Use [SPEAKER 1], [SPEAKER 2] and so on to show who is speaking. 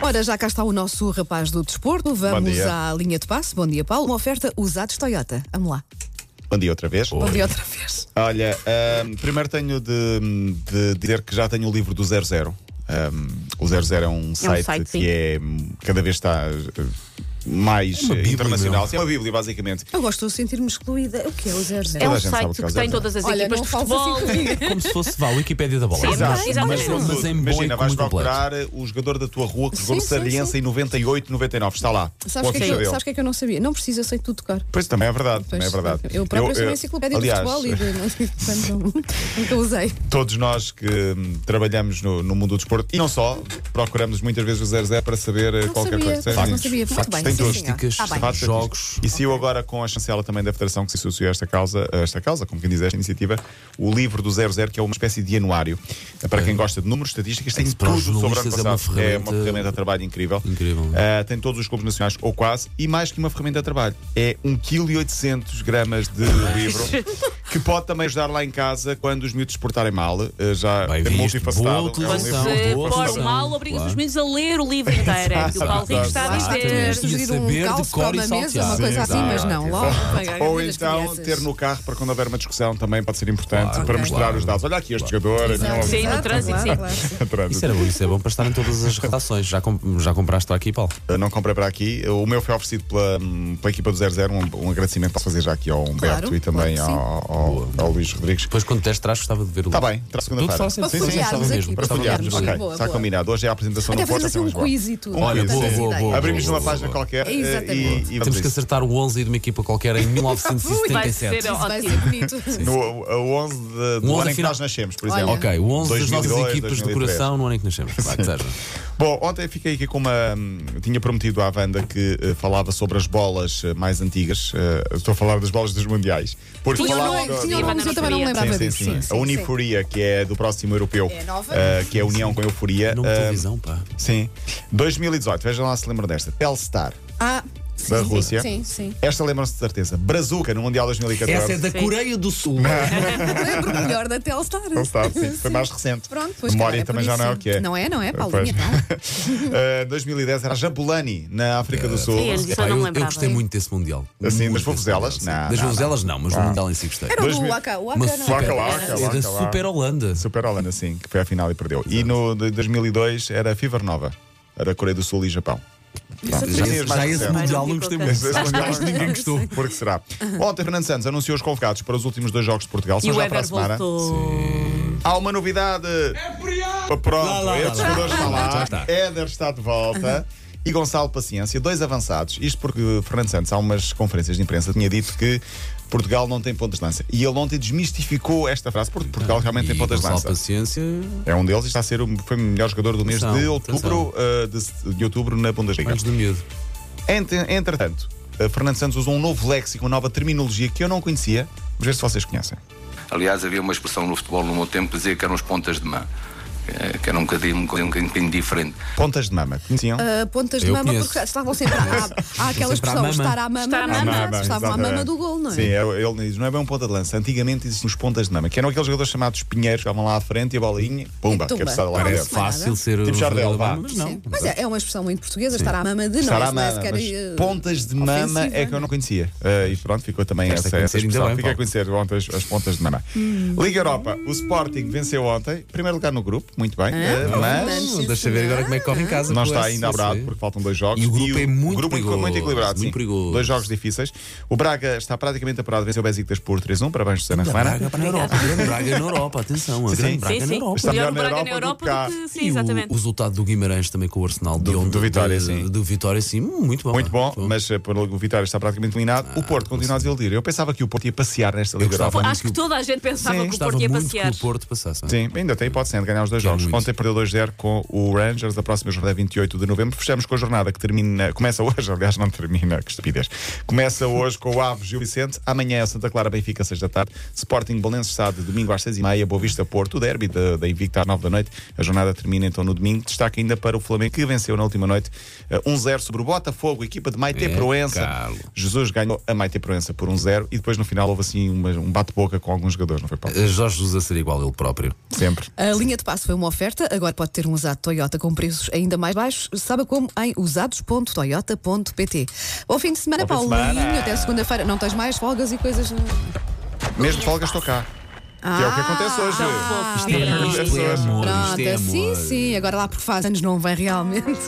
[SPEAKER 1] Ora, já cá está o nosso rapaz do desporto. Vamos
[SPEAKER 2] dia.
[SPEAKER 1] à linha de passe. Bom dia, Paulo. Uma oferta usados Toyota. Vamos lá.
[SPEAKER 2] Bom dia outra vez.
[SPEAKER 1] Bom dia outra vez.
[SPEAKER 2] Olha, ahm, primeiro tenho de, de dizer que já tenho o livro do 00. Ahm, o 00 é um site,
[SPEAKER 3] site, sim.
[SPEAKER 2] que é hum, cada vez está eh, mais eh,
[SPEAKER 4] bíblia,
[SPEAKER 2] internacional.
[SPEAKER 4] meu.
[SPEAKER 2] É uma Bíblia, basicamente.
[SPEAKER 1] Eu gosto de sentir-me excluída. O que é o 00?
[SPEAKER 3] É
[SPEAKER 2] Toda
[SPEAKER 3] um
[SPEAKER 2] a gente sabe o
[SPEAKER 3] site
[SPEAKER 2] que é o
[SPEAKER 3] que
[SPEAKER 2] zero.
[SPEAKER 3] tem todas as
[SPEAKER 1] Olha,
[SPEAKER 3] equipas
[SPEAKER 1] não
[SPEAKER 3] de
[SPEAKER 1] fales assim
[SPEAKER 3] futebol.
[SPEAKER 1] comigo.
[SPEAKER 4] Como se fosse vá, a Wikipédia da bola.
[SPEAKER 1] É
[SPEAKER 3] Sim, Exato.
[SPEAKER 2] Mas,
[SPEAKER 3] exatamente.
[SPEAKER 2] com
[SPEAKER 4] Mas
[SPEAKER 2] tudo.
[SPEAKER 4] em bom e
[SPEAKER 2] Imagina,
[SPEAKER 4] com
[SPEAKER 2] vais
[SPEAKER 4] muito
[SPEAKER 2] procurar eh, o jogador da tua rua que
[SPEAKER 1] Sim,
[SPEAKER 2] jogou no
[SPEAKER 1] sim,
[SPEAKER 2] Sariense
[SPEAKER 1] sim.
[SPEAKER 2] em 98, 99. Está lá.
[SPEAKER 1] Sabes o que, é que
[SPEAKER 2] ficha
[SPEAKER 1] eu,
[SPEAKER 2] dele.
[SPEAKER 1] sabes o que é que eu não sabia? Não precisa, sei tudo tocar.
[SPEAKER 2] Pois também é verdade. também é verdade.
[SPEAKER 1] Eu próprio sou
[SPEAKER 2] eu-
[SPEAKER 1] uma enciclopédia
[SPEAKER 2] aliás,
[SPEAKER 1] de futebol e de. não sei de quando, Nunca usei.
[SPEAKER 2] todos nós que hum, trabalhamos no, no mundo do desporto e não só, procuramos muitas vezes o 00 para saber eh,
[SPEAKER 1] Não
[SPEAKER 2] qualquer
[SPEAKER 1] sabia,
[SPEAKER 2] coisa.
[SPEAKER 1] pois não
[SPEAKER 2] Sim.
[SPEAKER 1] sabia. Muito
[SPEAKER 2] Factos
[SPEAKER 1] bem,
[SPEAKER 2] tem
[SPEAKER 1] sim,
[SPEAKER 2] todos.
[SPEAKER 1] senhor.
[SPEAKER 4] estatísticas,
[SPEAKER 1] Tá bem.
[SPEAKER 2] Fatos,
[SPEAKER 4] jogos.
[SPEAKER 2] E se eu agora, com a chancela também da Federação que se associou a esta causa, a esta causa, como quem diz, a esta iniciativa, o livro do 00, que é uma espécie de anuário, eh, para quem gosta de números, estatísticas, tem
[SPEAKER 4] É. para
[SPEAKER 2] tudo
[SPEAKER 4] os
[SPEAKER 2] sobre o ano
[SPEAKER 4] jornalistas é uma
[SPEAKER 2] passado. É uma
[SPEAKER 4] ferramenta-
[SPEAKER 2] ferramenta de trabalho incrível.
[SPEAKER 4] Incrível. é?
[SPEAKER 2] Ah, tem todos os clubes nacionais, ou quase, e mais que uma ferramenta de trabalho. É 1,8 kg gramas de livro, que pode também ajudar lá em casa quando os miúdos se portarem mal. Ah, já
[SPEAKER 4] Bem
[SPEAKER 2] é
[SPEAKER 4] visto.
[SPEAKER 2] multifacetado.
[SPEAKER 4] Boa
[SPEAKER 2] é um
[SPEAKER 3] Quando
[SPEAKER 4] utilização.
[SPEAKER 3] se
[SPEAKER 2] livro
[SPEAKER 4] Boa
[SPEAKER 3] for
[SPEAKER 4] utilização.
[SPEAKER 3] mal, obrigas
[SPEAKER 4] Claro.
[SPEAKER 3] os meninos a ler o livro inteiro. É o que o Paulo Rico está a dizer.
[SPEAKER 4] Exatamente.
[SPEAKER 1] Sugerir
[SPEAKER 4] Ia saber
[SPEAKER 1] um
[SPEAKER 4] de
[SPEAKER 1] calço
[SPEAKER 4] cor
[SPEAKER 1] para
[SPEAKER 4] e
[SPEAKER 1] uma mesa,
[SPEAKER 4] saltear.
[SPEAKER 1] uma coisa
[SPEAKER 4] Sim,
[SPEAKER 1] assim,
[SPEAKER 4] exato,
[SPEAKER 1] mas não. Logo, apanhar
[SPEAKER 2] Ou
[SPEAKER 1] as
[SPEAKER 2] então
[SPEAKER 1] crianças.
[SPEAKER 2] ter no carro para quando houver uma discussão também pode ser importante
[SPEAKER 4] Claro,
[SPEAKER 2] para
[SPEAKER 4] ok.
[SPEAKER 2] mostrar
[SPEAKER 4] claro.
[SPEAKER 2] os dados. Olha aqui este jogador.
[SPEAKER 1] Exato,
[SPEAKER 2] não-
[SPEAKER 3] Sim, no
[SPEAKER 1] exato,
[SPEAKER 3] trânsito,
[SPEAKER 1] claro,
[SPEAKER 3] sim.
[SPEAKER 1] claro.
[SPEAKER 2] Pronto.
[SPEAKER 4] Isso era bom, isso é bom para estar em todas as redações. Já, com- já compraste aqui, Paulo?
[SPEAKER 2] Eu não comprei para aqui. O meu foi oferecido pela, hum, pela equipa do 00. Um, um agradecimento posso fazer já aqui ao Humberto
[SPEAKER 1] Claro,
[SPEAKER 2] e também
[SPEAKER 1] claro que
[SPEAKER 2] ao, ao- ao Luís Rodrigues.
[SPEAKER 4] Depois, quando tens, traz, gostava de ver o
[SPEAKER 2] Está
[SPEAKER 4] livro.
[SPEAKER 2] Tá bem, traz
[SPEAKER 4] Tudo
[SPEAKER 2] segunda-feira.
[SPEAKER 4] só sempre.
[SPEAKER 1] Para
[SPEAKER 4] Sim, sim,
[SPEAKER 1] folhearmos
[SPEAKER 4] estava
[SPEAKER 1] aqui,
[SPEAKER 4] mesmo.
[SPEAKER 1] para
[SPEAKER 2] Para
[SPEAKER 1] folhearmos,
[SPEAKER 2] folharmos, ok.
[SPEAKER 1] sim, boa,
[SPEAKER 2] Está
[SPEAKER 1] boa.
[SPEAKER 2] combinado. Hoje é a apresentação
[SPEAKER 1] Até
[SPEAKER 2] do Porto.
[SPEAKER 1] fazemos assim
[SPEAKER 2] até
[SPEAKER 1] um
[SPEAKER 2] mais boa.
[SPEAKER 1] quiz e tudo.
[SPEAKER 4] Olha,
[SPEAKER 1] para
[SPEAKER 4] boa,
[SPEAKER 1] dar as
[SPEAKER 4] boa,
[SPEAKER 1] ideias.
[SPEAKER 4] boa.
[SPEAKER 2] Abrimos numa página
[SPEAKER 4] Boa.
[SPEAKER 2] qualquer eh,
[SPEAKER 1] Exatamente.
[SPEAKER 2] e, e vamos
[SPEAKER 4] Temos que
[SPEAKER 2] a isso.
[SPEAKER 4] acertar o 11 de uma equipa qualquer em
[SPEAKER 3] Vai ser
[SPEAKER 4] 1977.
[SPEAKER 1] Vai
[SPEAKER 3] ótimo.
[SPEAKER 1] ser bonito.
[SPEAKER 2] No, a 11 de, do
[SPEAKER 4] Um 11
[SPEAKER 2] ano em que
[SPEAKER 4] final.
[SPEAKER 2] nós nascemos, por
[SPEAKER 1] Olha.
[SPEAKER 2] exemplo.
[SPEAKER 4] Ok, o 11 das nossas
[SPEAKER 2] 2002,
[SPEAKER 4] equipas de
[SPEAKER 2] 2003.
[SPEAKER 4] coração no ano em que nascemos. Vai, que seja.
[SPEAKER 2] Bom, ontem fiquei aqui com uma. hum, Tinha prometido à Wanda que eh, falava sobre as bolas eh, mais antigas. Eh, estou a falar das bolas dos mundiais. Porque
[SPEAKER 3] Tinha
[SPEAKER 2] falava-
[SPEAKER 3] nomes,
[SPEAKER 1] um Tinha
[SPEAKER 3] Sim,
[SPEAKER 1] nomes, eu
[SPEAKER 3] mas
[SPEAKER 1] também não me
[SPEAKER 3] não
[SPEAKER 1] lembrava
[SPEAKER 2] Sim, sim,
[SPEAKER 1] disso.
[SPEAKER 2] sim.
[SPEAKER 1] Sim,
[SPEAKER 2] A
[SPEAKER 1] sim,
[SPEAKER 2] Unifuria, que é do próximo europeu,
[SPEAKER 1] É nova.
[SPEAKER 2] eh, que é a União com Euforia.
[SPEAKER 4] Nome de
[SPEAKER 2] eh,
[SPEAKER 4] televisão, pá.
[SPEAKER 2] Sim. 2018, vejam lá se lembram desta. Telstar,
[SPEAKER 1] sim. Ah, sim,
[SPEAKER 2] da
[SPEAKER 1] sim,
[SPEAKER 2] Rússia.
[SPEAKER 1] Sim, sim.
[SPEAKER 2] Esta lembram-se de certeza. Brazuca, no Mundial 2014.
[SPEAKER 4] Essa é da
[SPEAKER 3] Sim.
[SPEAKER 4] Coreia do Sul.
[SPEAKER 1] Lembro melhor da Telstar.
[SPEAKER 2] Telstar, sim, foi mais recente.
[SPEAKER 1] Pronto, pois calhar,
[SPEAKER 2] Memória
[SPEAKER 1] é
[SPEAKER 2] também
[SPEAKER 1] por
[SPEAKER 2] já não é
[SPEAKER 1] isso.
[SPEAKER 2] o que é.
[SPEAKER 1] Não é, não é,
[SPEAKER 2] Pois.
[SPEAKER 1] Paulinha, não. é
[SPEAKER 2] Eh, 2010 era a Jabulani, na África
[SPEAKER 4] Eh,
[SPEAKER 2] do Sul.
[SPEAKER 3] Sim, eles- Só
[SPEAKER 4] Pá,
[SPEAKER 3] não
[SPEAKER 4] eu,
[SPEAKER 3] lembrava. é.
[SPEAKER 4] eu gostei muito desse Mundial.
[SPEAKER 2] Assim, das
[SPEAKER 4] Muito desse
[SPEAKER 2] vuvuzelas?
[SPEAKER 4] Mundial, sim.
[SPEAKER 2] Não,
[SPEAKER 4] Das
[SPEAKER 2] não,
[SPEAKER 4] vuvuzelas não, mas o Mundial em si gostei.
[SPEAKER 3] um
[SPEAKER 1] Era
[SPEAKER 2] Dois
[SPEAKER 1] o do
[SPEAKER 2] mil-
[SPEAKER 1] Waka, o
[SPEAKER 4] Uma
[SPEAKER 1] Waka não.
[SPEAKER 2] Waka
[SPEAKER 4] super,
[SPEAKER 2] lá,
[SPEAKER 4] era
[SPEAKER 2] Waka lá.
[SPEAKER 4] super Holanda.
[SPEAKER 2] Super Holanda, sim, que foi à final e perdeu. E no de 2002 era Fever Nova, era Coreia do Sul e Japão. Pronto,
[SPEAKER 4] Já,
[SPEAKER 2] tinhas mais
[SPEAKER 4] já esse
[SPEAKER 2] certo.
[SPEAKER 4] Mundial
[SPEAKER 3] Vai,
[SPEAKER 4] não
[SPEAKER 3] não
[SPEAKER 4] gostei
[SPEAKER 3] ficou
[SPEAKER 4] muito.
[SPEAKER 2] Esse- esse Mundial
[SPEAKER 4] Acho que ninguém gostou.
[SPEAKER 2] Por que será? Ontem, Fernando Santos anunciou os convocados para os últimos dois jogos de Portugal.
[SPEAKER 3] E
[SPEAKER 2] São
[SPEAKER 3] o
[SPEAKER 2] já para a
[SPEAKER 3] Ever
[SPEAKER 2] semana.
[SPEAKER 3] voltou.
[SPEAKER 2] Há uma novidade. É Pronto,
[SPEAKER 4] Lá, lá, lá,
[SPEAKER 2] esses
[SPEAKER 4] lá.
[SPEAKER 2] jogadores estão
[SPEAKER 4] Já
[SPEAKER 2] lá.
[SPEAKER 4] está.
[SPEAKER 2] Éder está de volta. E Gonçalo Paciência, dois avançados. Isto porque Fernando Santos, há umas conferências de imprensa, tinha dito que Portugal não tem pontas de lança. E ele ontem desmistificou esta frase, porque Portugal realmente tem
[SPEAKER 4] Ah, E
[SPEAKER 2] pontas de
[SPEAKER 4] Gonçalo
[SPEAKER 2] lança.
[SPEAKER 4] paciência.
[SPEAKER 2] É um deles e está a ser o, foi o melhor jogador do mês
[SPEAKER 4] Atenção,
[SPEAKER 2] de outubro,
[SPEAKER 4] atenção.
[SPEAKER 2] uh, de, de outubro na Bundesliga.
[SPEAKER 4] Antes do miúdo.
[SPEAKER 2] Ent- entretanto, uh, Fernando Santos usou um novo léxico, uma nova terminologia que eu não conhecia. Vamos ver se vocês conhecem.
[SPEAKER 5] Aliás, havia uma expressão no futebol no meu tempo que dizia que eram os pontas de mão, eh, que era um bocadinho, um bocadinho, um bocadinho diferente.
[SPEAKER 2] Pontas de mama. Conheciam?
[SPEAKER 1] Ah, pontas de
[SPEAKER 4] Eu
[SPEAKER 1] mama,
[SPEAKER 4] conheço.
[SPEAKER 1] porque estavam sempre. Há, há aquela
[SPEAKER 4] Sempre à
[SPEAKER 1] expressão,
[SPEAKER 4] mama.
[SPEAKER 1] estar à mama.
[SPEAKER 3] Estar à
[SPEAKER 1] não é?
[SPEAKER 3] mama,
[SPEAKER 1] Exato, Estavam à
[SPEAKER 2] exatamente.
[SPEAKER 1] mama do gol, não é?
[SPEAKER 2] Sim, é- ele diz, não é bem um ponta de lança. Antigamente existiam os pontas de mama, que eram aqueles jogadores chamados pinheiros, que estavam lá à frente e a bolinha, pumba,
[SPEAKER 1] E tumba.
[SPEAKER 2] cabeçada lá
[SPEAKER 1] Parece
[SPEAKER 2] dentro.
[SPEAKER 1] Não é nada.
[SPEAKER 4] Fácil ser o
[SPEAKER 2] Tipo Jardel,
[SPEAKER 4] verdadeiro
[SPEAKER 2] vá.
[SPEAKER 4] Obama, mas não.
[SPEAKER 1] Sim. Mas é, é uma expressão muito portuguesa, estar à mama de
[SPEAKER 2] Estar
[SPEAKER 1] nós,
[SPEAKER 2] à
[SPEAKER 1] não é
[SPEAKER 2] mama,
[SPEAKER 1] sequer,
[SPEAKER 2] mas
[SPEAKER 1] eh,
[SPEAKER 2] pontas de mama
[SPEAKER 1] ofensiva, né?
[SPEAKER 2] é que eu não conhecia. Ah, e pronto, ficou também
[SPEAKER 4] Esta
[SPEAKER 2] essa, essa
[SPEAKER 4] conhecer ainda
[SPEAKER 2] expressão.
[SPEAKER 4] bem,
[SPEAKER 2] Fiquei a
[SPEAKER 4] Paulo.
[SPEAKER 2] conhecer ontem as, as pontas de mama.
[SPEAKER 1] Hum.
[SPEAKER 2] Liga Europa, o Sporting venceu ontem, primeiro lugar no grupo, muito bem,
[SPEAKER 1] um
[SPEAKER 2] ah, mas
[SPEAKER 4] Não, Deixa ver agora como é que
[SPEAKER 1] né?
[SPEAKER 4] corre em casa.
[SPEAKER 2] não
[SPEAKER 4] com
[SPEAKER 2] está
[SPEAKER 4] esse-
[SPEAKER 2] ainda abrado porque faltam dois jogos.
[SPEAKER 4] E o grupo é muito
[SPEAKER 2] o grupo
[SPEAKER 4] perigoso,
[SPEAKER 2] muito equilibrado.
[SPEAKER 4] muito
[SPEAKER 2] sim.
[SPEAKER 4] perigoso.
[SPEAKER 2] Dois jogos difíceis. O Braga está praticamente apurado, venceu o Besiktas por 3-1. Parabéns, Susana
[SPEAKER 4] Grande
[SPEAKER 2] Romana.
[SPEAKER 4] Braga para a Europa. Grande Braga na Europa. Atenção, a
[SPEAKER 2] é? Sim,
[SPEAKER 4] grande
[SPEAKER 2] sim.
[SPEAKER 4] Braga
[SPEAKER 3] Sim,
[SPEAKER 4] na
[SPEAKER 3] sim.
[SPEAKER 4] Europa.
[SPEAKER 2] Está
[SPEAKER 3] Melhor o
[SPEAKER 2] melhor na
[SPEAKER 3] Braga na
[SPEAKER 2] Europa do
[SPEAKER 3] Europa
[SPEAKER 2] que cá.
[SPEAKER 3] do que. Sim,
[SPEAKER 4] E o-
[SPEAKER 3] exatamente.
[SPEAKER 4] O resultado do Guimarães também com o Arsenal de
[SPEAKER 2] Do-
[SPEAKER 4] ontem.
[SPEAKER 2] do Vitória,
[SPEAKER 4] de-
[SPEAKER 2] sim.
[SPEAKER 4] Do Vitória, sim. Muito bom.
[SPEAKER 2] Muito bom,
[SPEAKER 4] Muito
[SPEAKER 2] mas eh, pelo- o Vitória está praticamente eliminado. o Porto continua a desiludir. Eu pensava que o Porto ia passear nesta Liga
[SPEAKER 4] Ah, gostava
[SPEAKER 2] Europa.
[SPEAKER 3] Acho que toda a gente pensava
[SPEAKER 2] Sim,
[SPEAKER 3] que o
[SPEAKER 4] Gostava
[SPEAKER 3] Porto ia
[SPEAKER 4] muito
[SPEAKER 3] passear.
[SPEAKER 4] que o Porto passasse. não é?
[SPEAKER 2] Sim, ainda tem hipótese né, de ganhar os dois
[SPEAKER 4] Quero
[SPEAKER 2] jogos.
[SPEAKER 4] muito.
[SPEAKER 2] Ontem perdeu 2-0 com o Rangers, da próxima jornada é 28 de novembro. Fechamos com a jornada que termina, começa hoje, aliás, não termina, que estupidez. Começa hoje com o Aves Gil Vicente, amanhã é o Santa Clara Benfica, 6 da tarde. Sporting Bolense está de domingo às 6h30, Boa Vista Porto, o derby da, da Invicta às 9 da noite. A jornada termina então no domingo. Destaque ainda para o Flamengo que venceu na última noite eh, 1-0 sobre o Botafogo, equipa de Maite
[SPEAKER 4] É,
[SPEAKER 2] Proença.
[SPEAKER 4] Carlos.
[SPEAKER 2] Jesus ganhou a Maite Proença por 1-0 e depois no final um
[SPEAKER 4] Eh,
[SPEAKER 2] houve assim uma- um bate-boca com alguns jogadores, não foi, Paulo?
[SPEAKER 4] Jorge Jesus a ser igual a ele próprio.
[SPEAKER 2] Sempre.
[SPEAKER 1] A linha de passo foi uma oferta, agora pode ter um usado Toyota com preços ainda mais baixos. Sabe como? Em usados.toyota.pt. Bom fim de semana,
[SPEAKER 2] Bom fim de
[SPEAKER 1] Paulinho.
[SPEAKER 2] semana.
[SPEAKER 1] Até segunda-feira. Não tens mais folgas e coisas.
[SPEAKER 2] Mesmo folgas, estou cá. que é o que acontece hoje.
[SPEAKER 4] Isto é amor, isto é amor.
[SPEAKER 1] Pronto, sim, sim. Agora lá porque faz anos não vem realmente.